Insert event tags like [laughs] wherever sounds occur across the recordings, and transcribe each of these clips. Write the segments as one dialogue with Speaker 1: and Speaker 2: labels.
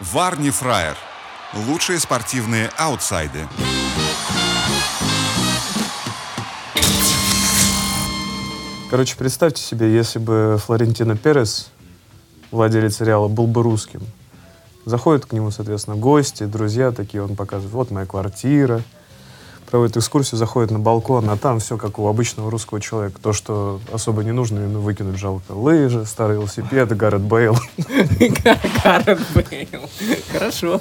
Speaker 1: Варни Фраер. Лучшие спортивные аутсайды.
Speaker 2: Короче, представьте себе, если бы Флорентино Перес, владелец Реала, был бы русским. Заходят к нему, соответственно, гости, друзья такие, он показывает, вот моя квартира, проводит экскурсию, заходит на балкон, а там все как у обычного русского человека. То, что особо не нужно, ну, выкинуть жалко. Лыжи, старый велосипед, Гаррет Бейл. [laughs]
Speaker 3: Гаррет Бейл. Хорошо.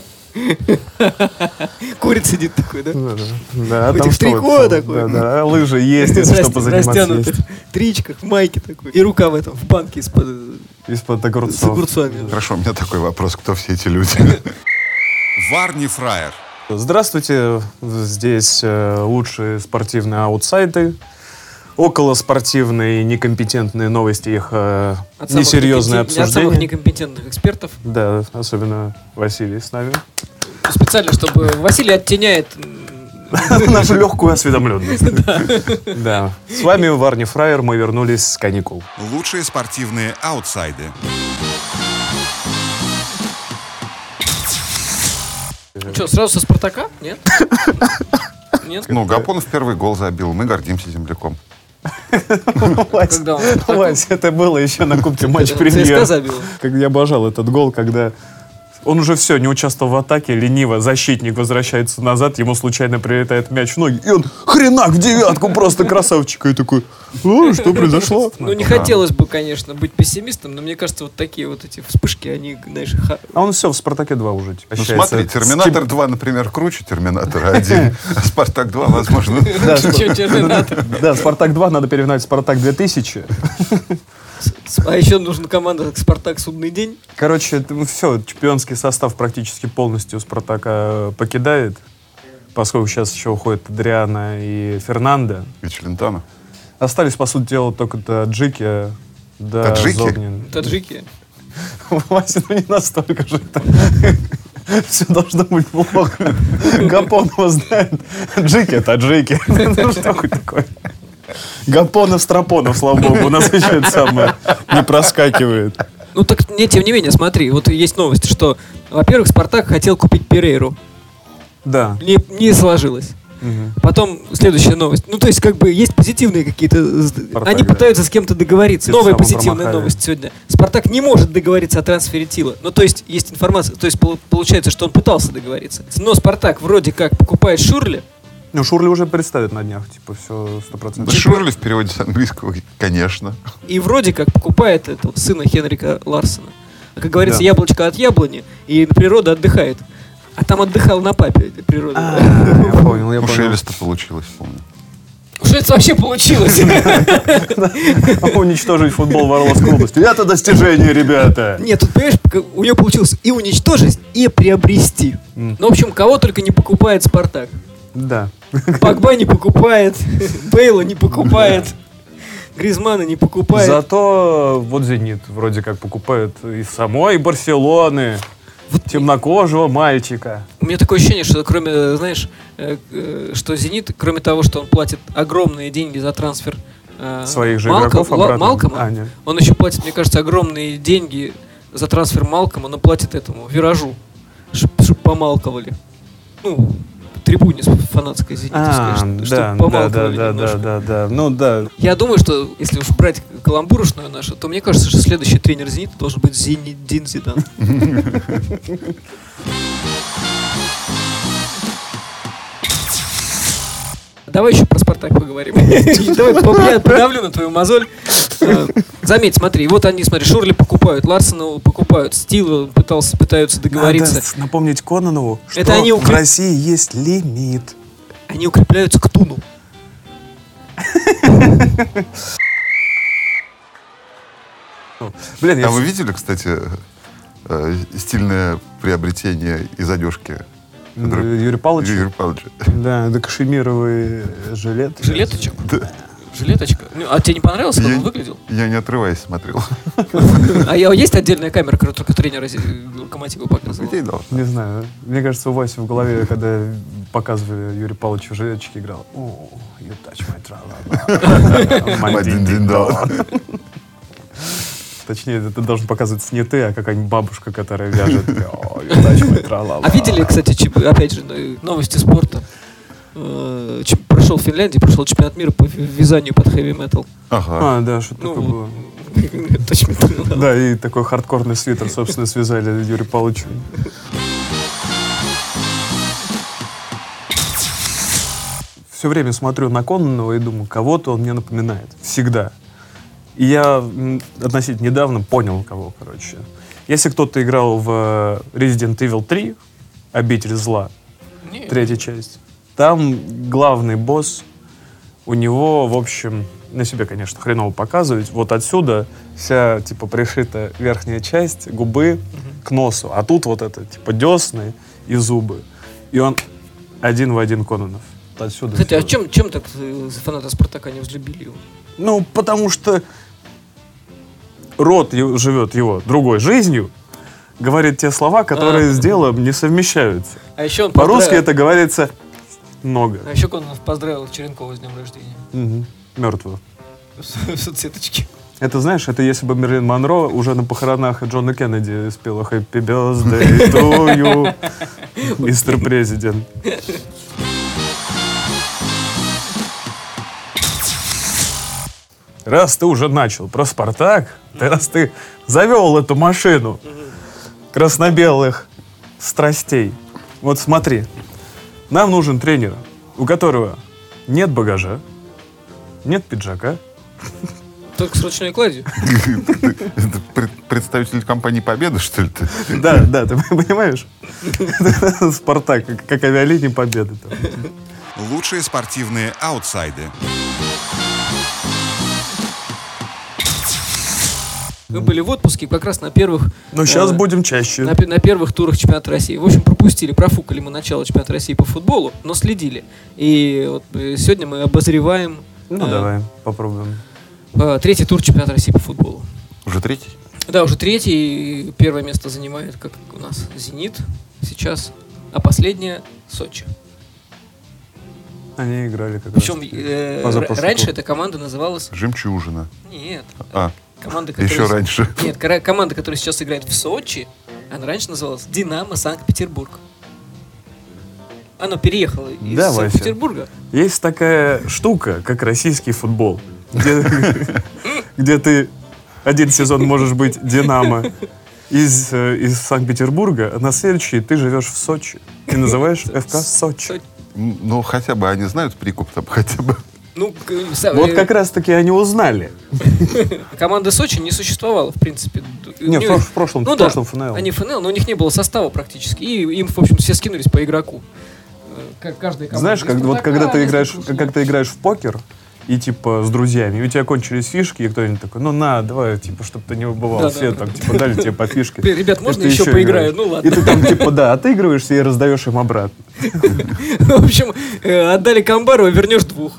Speaker 3: Курит сидит такой, да?
Speaker 2: Да, да. Да,
Speaker 3: В этих
Speaker 2: там что
Speaker 3: трико
Speaker 2: это?
Speaker 3: такое.
Speaker 2: Да, да, лыжи есть, если что, позаниматься
Speaker 3: растянутых
Speaker 2: есть.
Speaker 3: тричках, в майке такой. И рука в этом, в банке из-под... э,
Speaker 2: Из-под
Speaker 3: С
Speaker 2: огурцов.
Speaker 3: огурцами.
Speaker 4: Хорошо, у меня такой вопрос, кто все эти люди?
Speaker 1: Варни Фраер.
Speaker 2: Здравствуйте, здесь э, лучшие спортивные аутсайты, околоспортивные некомпетентные новости, их э,
Speaker 3: От самых
Speaker 2: несерьезное
Speaker 3: некомпетен- От самых
Speaker 2: обсуждение.
Speaker 3: некомпетентных экспертов.
Speaker 2: Да, особенно Василий с
Speaker 3: [laughs]
Speaker 2: нами.
Speaker 3: Специально, чтобы Василий оттеняет...
Speaker 2: Нашу легкую осведомленность. [laughs] Да. С вами Варни Фраер, мы вернулись с каникул.
Speaker 1: Лучшие спортивные аутсайды.
Speaker 2: Э.
Speaker 3: Что, сразу со Спартака? Нет? Нет?
Speaker 4: Ну, Гапонов первый гол забил, мы гордимся земляком.
Speaker 2: Вась,
Speaker 3: Когда он в таком-
Speaker 2: Вась, [laughs] это было еще на Кубке матч
Speaker 3: Когда
Speaker 2: премьер.
Speaker 3: ЦСКА забила.
Speaker 2: Как я обожал этот гол, когда он уже все, не участвовал в атаке, лениво, защитник возвращается назад, ему случайно прилетает мяч в ноги, и он хренак в девятку, просто красавчик. И такой, «О, что произошло?
Speaker 3: Ну, не хотелось бы, конечно, быть пессимистом, но мне кажется, вот такие вот эти вспышки, они, знаешь, ха-
Speaker 2: А он все, в «Спартаке 2» уже.
Speaker 4: Ну, смотри, «Терминатор 2», например, круче «Терминатора 1», а «Спартак 2», возможно.
Speaker 3: [laughs] Чё, чё же надо?
Speaker 2: Да, «Спартак 2» надо перегнать в «Спартак 2000».
Speaker 3: А еще нужна команда как «Спартак. Судный день».
Speaker 2: Короче, все, чемпионский состав практически полностью «Спартака» покидает, поскольку сейчас еще уходят Адриана и Фернандо.
Speaker 4: И Челентано.
Speaker 2: Остались, по сути дела, только таджики. Да, [laughs]
Speaker 4: Таджики?
Speaker 2: Зобнин.
Speaker 3: Таджики.
Speaker 2: Вася, ну не настолько же это. [laughs] Все должно быть плохо. Гапонова знает. Джики, [laughs] таджики. Ну что хоть такое? Гапонов, Стропонов, слава богу, у нас еще это самое не проскакивает.
Speaker 3: Ну так, нет, тем не менее, смотри, вот есть новость, что, во-первых, «Спартак» хотел купить Перейру.
Speaker 2: Да.
Speaker 3: Не, не сложилось. Потом следующая новость. Ну, то есть, как бы, есть позитивные какие-то... з-
Speaker 2: «Спартак»,
Speaker 3: Они
Speaker 2: да.
Speaker 3: пытаются с кем-то договориться.
Speaker 2: Те
Speaker 3: Новая
Speaker 2: самые
Speaker 3: позитивная
Speaker 2: промахали.
Speaker 3: новость сегодня. Спартак не может договориться о трансфере Тила. Ну, то есть, есть информация. То есть, пол- получается, что он пытался договориться. Но Спартак вроде как покупает Шурли.
Speaker 2: Ну, Шурли уже представит на днях, типа, все сто
Speaker 4: Да
Speaker 2: процентов.
Speaker 4: Шурли в переводе с английского, конечно.
Speaker 3: И вроде как покупает этого сына Хенрика Ларсона. А, Как говорится,
Speaker 2: Да.
Speaker 3: яблочко от яблони, и природа отдыхает. А там отдыхал на папе природа.
Speaker 2: Я
Speaker 3: [laughs]
Speaker 2: понял, я
Speaker 4: У
Speaker 2: понял.
Speaker 4: Шелеста получилось, помню.
Speaker 3: Что это вообще получилось?
Speaker 2: Уничтожить футбол в Орловской области. Это достижение, ребята!
Speaker 3: Нет, тут, понимаешь, к- у него получилось и уничтожить, и приобрести. Ну, в общем, кого только не покупает Спартак.
Speaker 2: Да.
Speaker 3: Пакба не покупает, Бейла не покупает, Гризмана не покупает.
Speaker 2: Зато вот «Зенит» вроде как покупают и самой Барселоны, темнокожего мальчика.
Speaker 3: У меня такое ощущение, что кроме, э, знаешь, э, э, что Зенит, кроме того, что он платит огромные деньги за трансфер э,
Speaker 2: Своих же
Speaker 3: Малком-
Speaker 2: игроков
Speaker 3: Ла-
Speaker 2: обратно.
Speaker 3: Малкома,
Speaker 2: А, нет.
Speaker 3: он еще платит, мне кажется, огромные деньги за трансфер Малкома, но платит этому виражу, чтобы помалковали. Ну, трибуне с фанатской зенитовской,
Speaker 2: А,
Speaker 3: чтоб- чтоб
Speaker 2: да, да, да,
Speaker 3: помалковали
Speaker 2: да, да,
Speaker 3: немножко.
Speaker 2: да, да. Ну да.
Speaker 3: Я думаю, что если уж брать каламбурушную нашу, то мне кажется, что следующий тренер «Зенита» должен быть Зинедин Зидан. Давай еще про «Спартак» поговорим. Давай по- я подавлю на твою мозоль. Э, Заметь, смотри, вот они, смотри, Шурли покупают, Ларсона покупают, Стила пытался, пытаются договориться.
Speaker 2: Надо напомнить Кононову, что
Speaker 3: Это они
Speaker 2: в
Speaker 3: укреп-
Speaker 2: России есть лимит.
Speaker 3: Они укрепляются к Туну.
Speaker 2: Ну, Блин, я
Speaker 4: А вы видели, кстати, э, стильное приобретение из одежки
Speaker 2: Э, Юрий Павлович,
Speaker 4: Юрия Павловича?
Speaker 2: да, это кашемировый жилет.
Speaker 3: Жилеточек? Жилеточка. Ну, а тебе не понравилось, как
Speaker 4: Я-
Speaker 3: он выглядел?
Speaker 4: Я не отрываясь смотрел.
Speaker 3: А я- есть отдельная камера, которая только тренера зе- Локомотива показывала?
Speaker 4: Где дал?
Speaker 2: Не знаю. Мне кажется, у Васи в голове, когда показывали Юрий Павловичу жилетчики, играл. О, you touch my tra-la-la, my
Speaker 4: Один
Speaker 2: ding-ding-dong».
Speaker 4: день дал.
Speaker 2: Точнее, это должен показываться не ты, а какая-нибудь бабушка, которая
Speaker 3: [laughs]
Speaker 2: вяжет. «О, you touch my tra-la-la».
Speaker 3: А видели, кстати, чемп- опять же, ну, новости спорта? Э, чем- Прошел в Финляндии, прошел чемпионат мира по ви- вязанию под [laughs] хэви-метал.
Speaker 4: Ага.
Speaker 2: А, да, что-то
Speaker 3: Ну,
Speaker 2: такое было.
Speaker 3: Точно не поняла.
Speaker 2: Да, и такой хардкорный свитер, собственно, связали Юрию Палычу. Все время смотрю на Кононова и думаю, кого-то он мне напоминает. Всегда. И я м, относительно недавно понял, кого, короче. Если кто-то играл в э, Resident Evil 3, Обитель зла, третья часть, там главный босс, у него, в общем, на себе, конечно, хреново показывать. Вот отсюда вся, типа, пришита верхняя часть губы к носу. А тут вот это, типа, десны и зубы. И он один в один Кононов. Вот Отсюда
Speaker 3: Кстати, а
Speaker 2: всё.
Speaker 3: чем, чем так э, фанаты Спартака не взлюбили его?
Speaker 2: Ну, потому что род е- живет его другой жизнью, говорит те слова, которые
Speaker 3: А.
Speaker 2: с делом не совмещаются.
Speaker 3: А еще он
Speaker 2: По-русски
Speaker 3: поздравил-
Speaker 2: это говорится много.
Speaker 3: А еще Кононов поздравил Черенкова с днем рождения [laughs]
Speaker 2: Мертвого.
Speaker 3: в со- в соцсеточке.
Speaker 2: Это, знаешь, это если бы Мерлин Монро уже на похоронах Джона Кеннеди спела «Happy birthday to you, мистер президент». Раз ты уже начал про «Спартак», ты- раз ты завел эту машину красно-белых страстей, вот смотри, нам нужен тренер, у которого нет багажа, нет пиджака,
Speaker 3: Только с ручной кладью.
Speaker 4: Это пред- Представитель компании Победа, что ли? ты?
Speaker 2: Да, да, ты [laughs] понимаешь? Спартак, как- как авиалиния победы. там.
Speaker 1: Лучшие спортивные аутсайды.
Speaker 3: Мы были в отпуске как раз на первых...
Speaker 2: Но сейчас
Speaker 3: э,
Speaker 2: Ну, будем
Speaker 3: на,
Speaker 2: чаще.
Speaker 3: пе- на первых турах чемпионата России. В общем, пропустили, профукали мы начало чемпионата России по футболу, но следили. И вот э, сегодня мы обозреваем
Speaker 2: Ну,
Speaker 3: э,
Speaker 2: давай, попробуем.
Speaker 3: э, третий тур чемпионата России по футболу.
Speaker 4: Уже третий?
Speaker 3: Да, уже третий, и первое место занимает, как у нас, «Зенит» сейчас, а последнее — «Сочи».
Speaker 2: Они играли как раз.
Speaker 3: Причем э,
Speaker 2: Позапрошлый
Speaker 3: ра- раньше
Speaker 2: тур.
Speaker 3: эта команда называлась...
Speaker 4: Жемчужина.
Speaker 3: Нет,
Speaker 4: А,
Speaker 3: команда, которая...
Speaker 4: еще раньше.
Speaker 3: Нет, кара- команда, которая сейчас играет в Сочи, она раньше называлась «Динамо Санкт-Петербург». Оно переехало из
Speaker 2: Да, Вася.
Speaker 3: Санкт-Петербурга.
Speaker 2: Есть такая штука, как российский футбол, где- [laughs] где ты один сезон можешь быть «Динамо», из, э, из Санкт-Петербурга, а на следующий ты живешь в Сочи. И
Speaker 3: [laughs]
Speaker 2: называешь ФК Сочи.
Speaker 3: Сочи.
Speaker 4: М, Ну, хотя бы они знают прикуп там, хотя бы.
Speaker 3: Ну, к- э, са-
Speaker 2: Вот
Speaker 3: э,
Speaker 2: как раз-таки они узнали.
Speaker 3: команда Сочи не существовала, в принципе. Д-
Speaker 2: Не, в
Speaker 3: у
Speaker 2: прош-
Speaker 3: них-
Speaker 2: в прошлом,
Speaker 3: Ну
Speaker 2: в
Speaker 3: да,
Speaker 2: прошлом ФНЛ.
Speaker 3: Они ФНЛ, но у них не было состава практически. И им, в общем, все скинулись по игроку. Э, Как каждая команда. Ну,
Speaker 2: Знаешь,
Speaker 3: из
Speaker 2: как, вот
Speaker 3: «Спартака»,
Speaker 2: когда ты
Speaker 3: из
Speaker 2: играешь,
Speaker 3: «Динамо».
Speaker 2: как ты играешь в покер и типа с друзьями, и у тебя кончились фишки, и кто-нибудь такой, ну на, давай, типа, чтобы ты не выбывал,
Speaker 3: Да-да.
Speaker 2: все там, типа, дали тебе по фишке.
Speaker 3: Блин, ребят, можно
Speaker 2: И ты
Speaker 3: еще поиграю?
Speaker 2: играешь.
Speaker 3: Ну
Speaker 2: И ты
Speaker 3: ладно.
Speaker 2: там, типа, да, отыгрываешься и раздаешь им обратно.
Speaker 3: [laughs] В общем, э, отдали Камбару, а вернешь двух.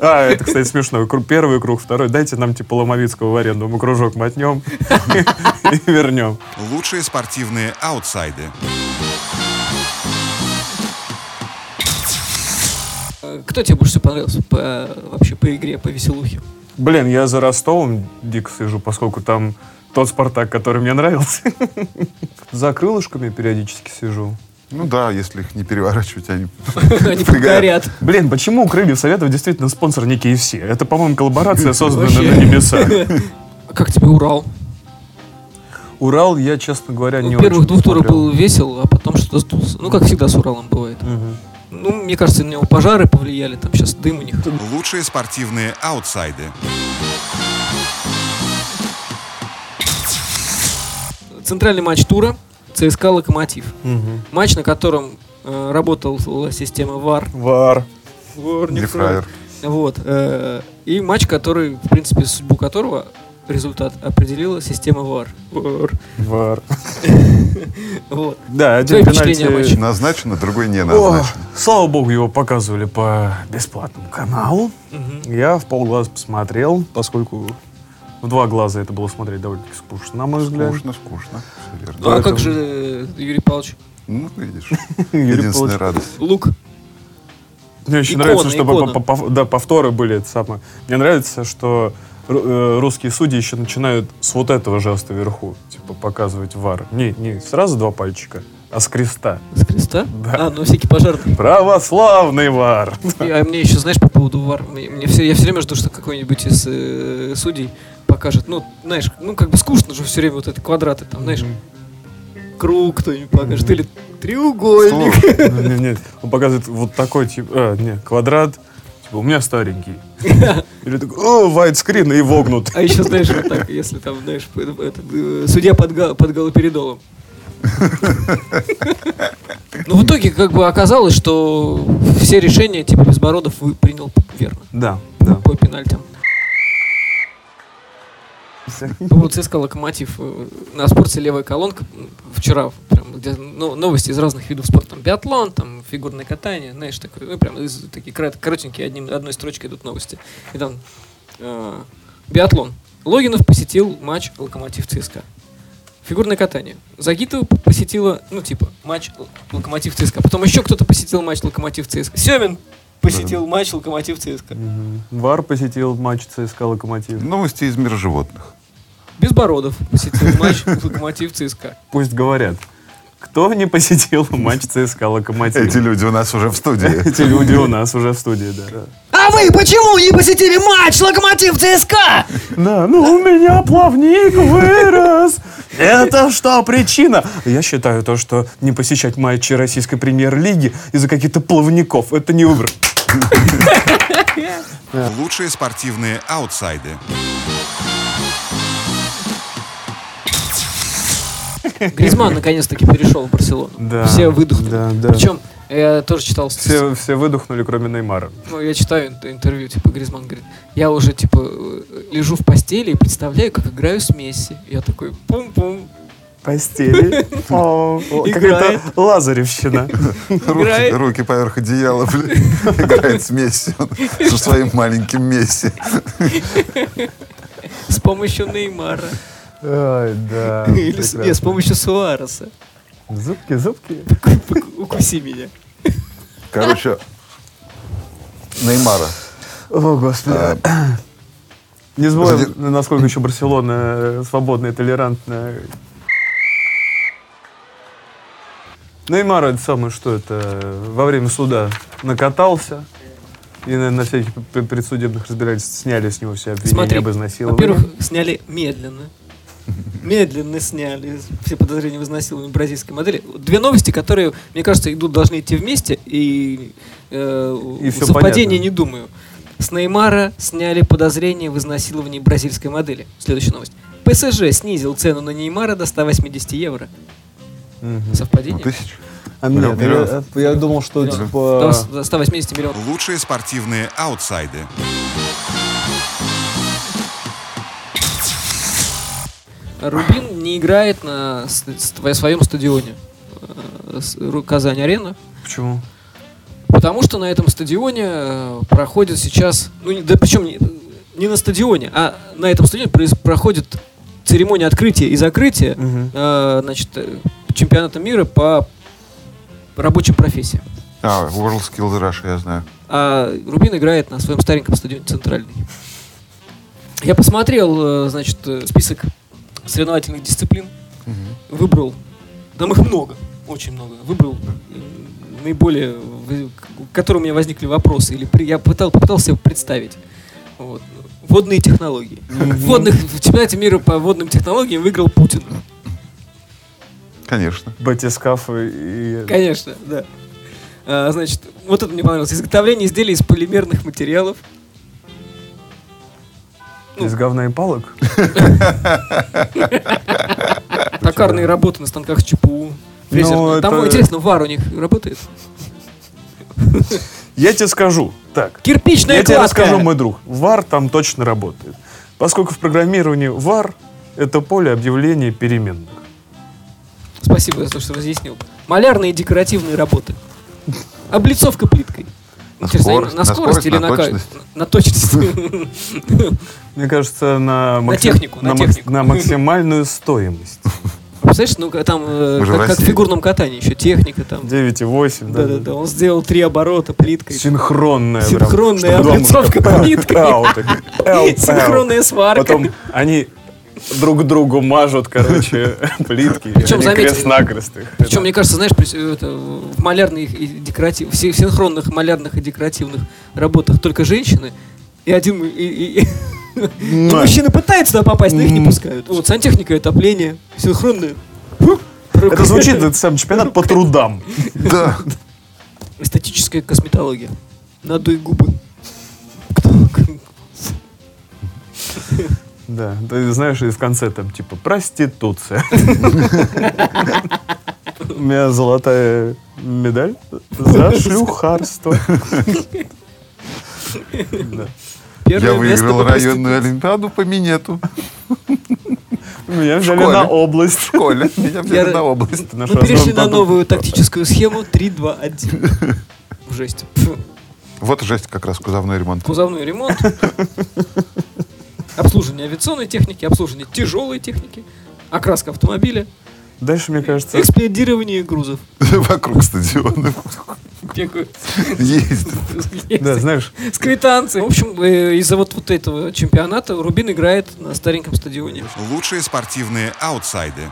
Speaker 2: А, это, кстати, смешно. Кру- Первый круг, второй. Дайте нам, типа, Ломовицкого в аренду. Мы кружок мотнем [laughs] и вернем.
Speaker 1: Лучшие спортивные аутсайды.
Speaker 3: Э, Кто тебе больше всего понравился по, вообще по игре, по веселухе? [laughs]
Speaker 2: Блин, я за Ростовом дико слежу, поскольку там тот Спартак, который мне нравился. [laughs] За крылышками периодически сижу.
Speaker 4: Ну да, если их не переворачивать, они
Speaker 3: Они горят.
Speaker 2: Блин, почему у Крыльев Советов действительно спонсор не KFC? Это, по-моему, коллаборация, созданная
Speaker 3: Вообще.
Speaker 2: на небесах.
Speaker 3: А Как тебе Урал?
Speaker 2: [laughs] Урал, я, честно говоря, не
Speaker 3: Ну, первых
Speaker 2: очень
Speaker 3: двух туров
Speaker 2: смотрел.
Speaker 3: был весел, а потом что-то сдулся. Ну, как всегда с Уралом бывает.
Speaker 2: Мгм.
Speaker 3: Ну, мне кажется, на него пожары повлияли, там сейчас дым у них.
Speaker 1: Лучшие спортивные аутсайды.
Speaker 3: Центральный матч тура ЦСКА Локомотив.
Speaker 2: Мгм.
Speaker 3: Матч, на котором э, работала система ВАР.
Speaker 2: Вар.
Speaker 4: не фраер.
Speaker 3: Вот. э, и матч, который, в принципе, судьбу которого результат определила система ВАР. ВАР.
Speaker 2: Вар.
Speaker 3: Вот.
Speaker 2: Да,
Speaker 3: Твои
Speaker 2: один
Speaker 3: впечатления о
Speaker 2: пенальти.
Speaker 3: матче?
Speaker 4: Назначено, другой не
Speaker 2: О,
Speaker 4: назначено.
Speaker 2: слава богу, его показывали по бесплатному каналу.
Speaker 3: Мгм.
Speaker 2: Я в полглаз посмотрел, поскольку в два глаза это было смотреть довольно-таки скучно, на мой взгляд.
Speaker 4: Скучно, скучно. Всё
Speaker 3: Ну,
Speaker 4: верно.
Speaker 3: а
Speaker 2: Поэтому-
Speaker 3: как же э, Юрий Павлович?
Speaker 4: Ну, [laughs] видишь,
Speaker 2: Юрий Павлович.
Speaker 4: единственная радость.
Speaker 3: Лук.
Speaker 2: Мне очень
Speaker 3: Икона,
Speaker 2: нравится, чтобы
Speaker 3: икона.
Speaker 2: по- по- по- да, повторы были это самое. Мне нравится, что ру- э, русские судьи еще начинают с вот этого жеста вверху, типа показывать вар. Не, не сразу два пальчика, а с креста.
Speaker 3: С креста?
Speaker 2: Да.
Speaker 3: А, ну всякие пожарные.
Speaker 2: Православный вар!
Speaker 3: И, А мне еще, знаешь, по поводу вар, мне, мне все, я все время жду, что какой-нибудь из э, судей покажет. Ну, знаешь, ну как бы скучно же все время вот эти квадраты, там, знаешь, круг кто-нибудь покажет, или треугольник.
Speaker 2: [laughs]
Speaker 4: Слушай,
Speaker 2: Нет, нет, он показывает вот такой, тип, а, не, квадрат, типа, у меня старенький. Или такой, о, вайдскрин и вогнут.
Speaker 3: А еще, знаешь, вот так, если там, знаешь, п- этот, э, судья под, га- под галоперидолом. Ну, в итоге, как бы оказалось, что все решения, типа, Безбородов вы- принял верно.
Speaker 2: Да, да.
Speaker 3: По пенальтям. Ну, Вот ЦСКА «Локомотив». э, На спорте «Левая колонка» м, вчера, прям, где но- новости из разных видов спорта. Там биатлон, там фигурное катание, знаешь, такое, ну, прям из- такие крат- коротенькие, одним, одной строчкой идут новости. И там э, биатлон. Логинов посетил матч «Локомотив» ЦСКА. Фигурное катание. Загитова п- посетила, ну, типа, матч Л- «Локомотив» ЦСКА. Потом еще кто-то посетил матч «Локомотив» ЦСКА. Семин посетил матч «Локомотив» ЦСКА.
Speaker 2: Мгм. Вар посетил матч ЦСКА Локомотив.
Speaker 4: Новости из мира животных.
Speaker 3: Безбородов посетил матч «Локомотив» ЦСКА.
Speaker 2: Пусть говорят, кто не посетил [laughs] матч ЦСКА Локомотив?
Speaker 4: Эти люди у нас уже в студии.
Speaker 2: [laughs] Эти люди у нас уже в студии, да.
Speaker 3: А вы почему не посетили матч Локомотив ЦСКА?
Speaker 2: Да, ну у меня плавник вырос. Это что, причина? Я считаю то, что не посещать матчи российской премьер-лиги из-за каких-то плавников, это не выбор.
Speaker 1: Лучшие спортивные аутсайды.
Speaker 3: Гризман наконец-таки перешел в Барселону.
Speaker 2: Да.
Speaker 3: Все выдохнули.
Speaker 2: Да, да.
Speaker 3: Причем я тоже читал. с-
Speaker 2: Все, все выдохнули, кроме Неймара.
Speaker 3: Ну, я читаю ин- интервью, типа, Гризман говорит, я уже, типа, э, лежу в постели и представляю, как играю с Месси. Я такой, пум-пум,
Speaker 2: [laughs] Постели. О, о, Какая-то
Speaker 3: Играет.
Speaker 2: лазаревщина.
Speaker 4: [laughs] Руки,
Speaker 3: Играет.
Speaker 4: руки поверх одеяла, блин. [laughs] Играет с Месси. Он со своим маленьким Месси.
Speaker 3: с помощью Неймара.
Speaker 2: Ай, [laughs] да.
Speaker 3: Или с, не, с помощью Суареса.
Speaker 2: Зубки, зубки.
Speaker 3: Пок- Укуси меня.
Speaker 4: Короче, Неймара. А,
Speaker 2: О, господи. Не забываем, насколько еще Барселона э, свободная и толерантная. Неймар это самое, что это, э, во время суда накатался. И на, на всяких п- предсудебных разбирательств сняли с него все обвинения
Speaker 3: Смотри,
Speaker 2: об изнасиловании.
Speaker 3: Во-первых, сняли медленно. [laughs] Медленно сняли все подозрения в изнасиловании бразильской модели. Две новости, которые, мне кажется, идут, должны идти вместе, и, э,
Speaker 2: И всё
Speaker 3: совпадения
Speaker 2: понятно.
Speaker 3: не думаю. С Неймара сняли подозрения в изнасиловании бразильской модели. Следующая новость. ПСЖ снизил цену на Неймара до 180 евро.
Speaker 2: Мгм.
Speaker 4: Ну,
Speaker 3: Совпадение?
Speaker 4: тысяч.
Speaker 5: А нет,
Speaker 4: Миллион.
Speaker 2: э,
Speaker 5: я, я думал, что
Speaker 3: Миллион.
Speaker 5: типа...
Speaker 3: До- До 180 миллионов.
Speaker 1: Лучшие спортивные аутсайды.
Speaker 3: Рубин не играет на с- с- своем стадионе. э, с- Ру- Казань-арена.
Speaker 2: Почему?
Speaker 3: Потому что на этом стадионе э, проходит сейчас, ну не- да причем не, не на стадионе, а на этом стадионе произ- проходит церемония открытия и закрытия
Speaker 2: Мгм.
Speaker 3: э, значит, э, чемпионата мира по рабочим профессиям.
Speaker 4: А, World Skills Rush, я знаю.
Speaker 3: А Рубин играет на своем стареньком стадионе центральный. Я посмотрел, э, значит, э, список соревновательных дисциплин, выбрал, там их много, очень много, выбрал м, наиболее, в- к которым у меня возникли вопросы, или при- я пытал, попытался его представить. Вот. Водные технологии. Водных, в чемпионате мира по водным технологиям выиграл Путин.
Speaker 4: Конечно.
Speaker 2: Батискафы и...
Speaker 3: Конечно, да. А, значит, вот это мне понравилось. Изготовление изделий из полимерных материалов. ну.
Speaker 2: Из говна и палок?
Speaker 3: Токарные работы на станках ЧПУ. фрезерные.
Speaker 4: Ну,
Speaker 3: Там,
Speaker 2: это-
Speaker 3: интересно, вар у них работает.
Speaker 2: Я тебе скажу. Так,
Speaker 3: Кирпичная
Speaker 2: Я тебе
Speaker 3: кладка.
Speaker 2: расскажу, мой друг. ВАР там точно работает. Поскольку в программировании ВАР — это поле объявления переменных.
Speaker 3: Спасибо за то, что разъяснил. Малярные и декоративные работы. Облицовка плиткой.
Speaker 4: На
Speaker 3: Интересно, они
Speaker 4: скорость- на скорость,
Speaker 3: или
Speaker 4: на
Speaker 3: на ка-
Speaker 4: точность?
Speaker 3: На
Speaker 4: [laughs]
Speaker 3: точность.
Speaker 2: Мне кажется, на, макси-
Speaker 3: технику, на
Speaker 2: макс-
Speaker 3: технику.
Speaker 2: на максимальную стоимость.
Speaker 3: Представляешь, ну ка- там, э,
Speaker 4: Мы же в
Speaker 3: как, как в
Speaker 4: России.
Speaker 3: фигурном катании еще техника там.
Speaker 2: 9,8, да.
Speaker 3: Да-да-да, он сделал три оборота плиткой. [laughs]
Speaker 2: Синхронная. прям.
Speaker 3: Синхронная
Speaker 2: Чтобы [laughs]
Speaker 3: облицовка
Speaker 2: дома-
Speaker 3: плиткой.
Speaker 2: Да, вот так. Эл, эл.
Speaker 3: [laughs] Синхронная сварка.
Speaker 2: Потом они друг другу мажут, короче, [laughs] плитки.
Speaker 3: Причем,
Speaker 2: Они
Speaker 3: заметь,
Speaker 2: крест-накрест их.
Speaker 3: Причем, мне кажется, знаешь, при- это, э, в малярных и декоратив, в си- в синхронных малярных и декоративных работах только женщины, и один... и- и- и- Ну, [laughs] мужчины пытаются туда попасть, но их не пускают. Вот сантехника и отопление, синхронные. Фу,
Speaker 2: Это звучит, это сам чемпионат по трудам.
Speaker 4: [laughs] Да.
Speaker 3: [laughs] Эстетическая косметология. Надуй губы. Кто- [laughs]
Speaker 2: Да, ты знаешь, и в конце там типа
Speaker 3: [laughs]
Speaker 2: проституция. У меня золотая медаль
Speaker 3: [laughs]
Speaker 2: за шлюхарство. Да.
Speaker 4: Я
Speaker 3: Первое место
Speaker 4: выиграл
Speaker 3: по
Speaker 4: районную олимпиаду А, ну, по минету
Speaker 2: Меня взяли
Speaker 4: школе.
Speaker 2: на область.
Speaker 4: в школе. Меня
Speaker 3: Я-
Speaker 4: взяли на область.
Speaker 2: Это
Speaker 3: Мы
Speaker 2: наш родной
Speaker 3: перешли на
Speaker 2: батут.
Speaker 3: новую тактическую схему 3-2-1. Жесть. Фу.
Speaker 4: Вот жесть как раз кузовной ремонт. [laughs]
Speaker 3: Кузовной ремонт. Обслуживание авиационной техники, обслуживание тяжелой техники, окраска автомобиля,
Speaker 2: Дальше, мне кажется,
Speaker 3: эксплуатирование грузов.
Speaker 4: Вокруг стадиона
Speaker 3: Бегают
Speaker 4: есть.
Speaker 2: да,
Speaker 3: [laughs]
Speaker 2: знаешь,
Speaker 3: сквитанцы. В общем, э, из-за вот, вот этого чемпионата Рубин играет на стареньком стадионе.
Speaker 1: Лучшие спортивные аутсайды.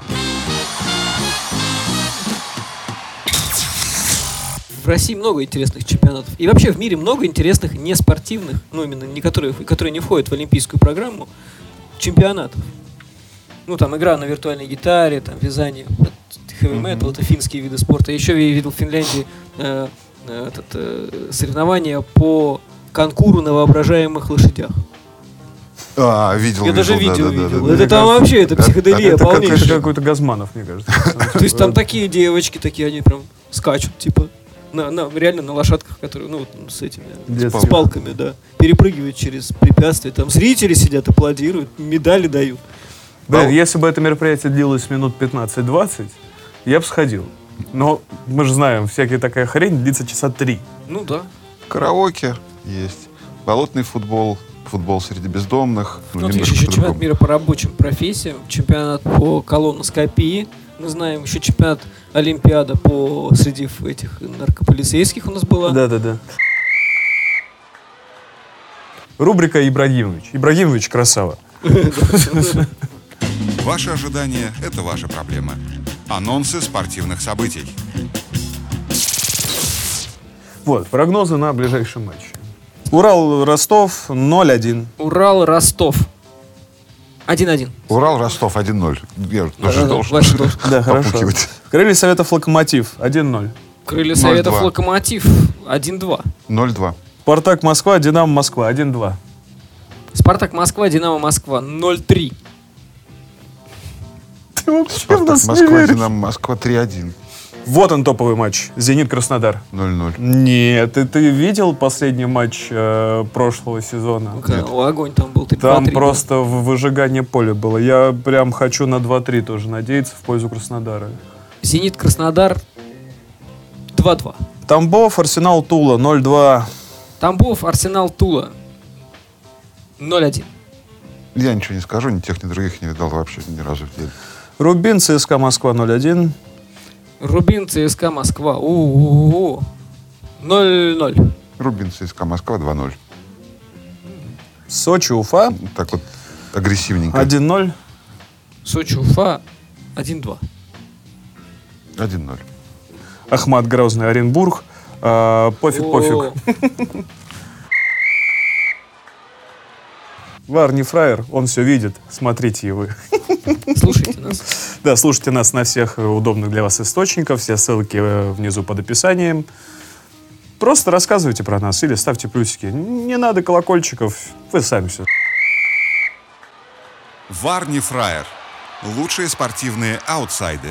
Speaker 3: В России много интересных чемпионатов. И вообще в мире много интересных неспортивных, ну именно не которые, которые не входят в олимпийскую программу, чемпионатов. Ну там игра на виртуальной гитаре, там вязание, вот, heavy metal, это финские виды спорта. Еще я видел в Финляндии э, э, этот, э, соревнования по конкуру на воображаемых лошадях.
Speaker 4: А, видел,
Speaker 3: Я даже
Speaker 4: да,
Speaker 3: видео
Speaker 4: да, да,
Speaker 3: видел.
Speaker 4: да.
Speaker 3: Это там
Speaker 2: Прекрасно.
Speaker 3: вообще, это
Speaker 4: Да,
Speaker 3: психоделия
Speaker 4: А, это как-
Speaker 2: это
Speaker 4: Конечно.
Speaker 3: полнейшая.
Speaker 2: какой-то Газманов, мне
Speaker 3: [laughs]
Speaker 2: кажется.
Speaker 3: То есть там такие девочки, такие они прям скачут, типа, на, на- реально на лошадках, которые, ну, вот с этими,
Speaker 2: Детские.
Speaker 3: с палками, да, перепрыгивают через препятствия, там зрители сидят, аплодируют, медали дают.
Speaker 2: Да,
Speaker 4: Ау.
Speaker 3: Ну.
Speaker 2: если бы это мероприятие длилось минут 15-20, я бы сходил. Но мы же знаем, всякая такая хрень длится часа три.
Speaker 3: Ну да.
Speaker 4: Караоке есть. Болотный футбол. Футбол среди бездомных.
Speaker 3: Ну, вот видишь,
Speaker 4: немножко
Speaker 3: еще чемпионат
Speaker 4: по-другому.
Speaker 3: мира по рабочим профессиям, чемпионат по колоноскопии, мы знаем, еще чемпионат Олимпиада по среди ф- этих наркополицейских у нас была.
Speaker 2: Да-да-да. Рубрика Ибрагимович. Ибрагимович красава.
Speaker 1: Ваши ожидания – это ваша проблема. Анонсы спортивных событий.
Speaker 2: Вот, прогнозы на ближайший матч. Урал-Ростов 0-1.
Speaker 3: Урал, Ростов. 1-1.
Speaker 4: Урал, Ростов 1-0. Я тоже
Speaker 3: Да-да-да,
Speaker 4: должен
Speaker 3: Вася
Speaker 4: [laughs]
Speaker 3: должен.
Speaker 2: Да,
Speaker 4: попукивать.
Speaker 2: Крылья Советов Локомотив 1-0.
Speaker 3: Крылья Советов
Speaker 4: 0-2.
Speaker 3: Локомотив 1-2.
Speaker 4: 0-2.
Speaker 2: Спартак Москва, Динамо Москва 1-2.
Speaker 3: Спартак Москва, Динамо Москва 0-3.
Speaker 2: Ты вообще в
Speaker 4: Спартак
Speaker 2: нас не
Speaker 4: Москва,
Speaker 2: веришь.
Speaker 4: Динамо Москва 3-1.
Speaker 2: Вот он топовый матч. Зенит Краснодар.
Speaker 4: 0-0.
Speaker 2: Нет, ты, ты видел последний матч э, прошлого сезона?
Speaker 3: Ну, когда у огонь там был 3
Speaker 2: Там просто в- выжигание поля было. Я прям хочу на 2-3 тоже надеяться в пользу Краснодара.
Speaker 3: Зенит Краснодар 2-2.
Speaker 2: Тамбов, Арсенал, Тула 0-2.
Speaker 3: Тамбов, Арсенал, Тула 0-1.
Speaker 4: Я ничего не скажу, ни тех, ни других не видал вообще ни разу в деле.
Speaker 2: Рубин, ЦСКА, Москва 0-1.
Speaker 3: Рубин, ЦСКА, Москва. У-у-у. 0-0.
Speaker 4: Рубин, ЦСКА, Москва 2-0.
Speaker 2: Сочи, Уфа
Speaker 4: Ну, Так вот агрессивненько.
Speaker 2: 1-0.
Speaker 3: Сочи, Уфа 1-2.
Speaker 4: 1-0.
Speaker 2: Ахмат, Грозный, Оренбург. А, пофиг, пофиг.
Speaker 3: О,
Speaker 2: Вар не фраер, он все видит. Смотрите и вы.
Speaker 3: Слушайте нас.
Speaker 2: [laughs] Да, слушайте нас на всех э, удобных для вас источниках. Все ссылки э, внизу под описанием. Просто рассказывайте про нас или ставьте плюсики. Не надо колокольчиков, вы сами все.
Speaker 1: Варни Фраер. Лучшие спортивные аутсайды.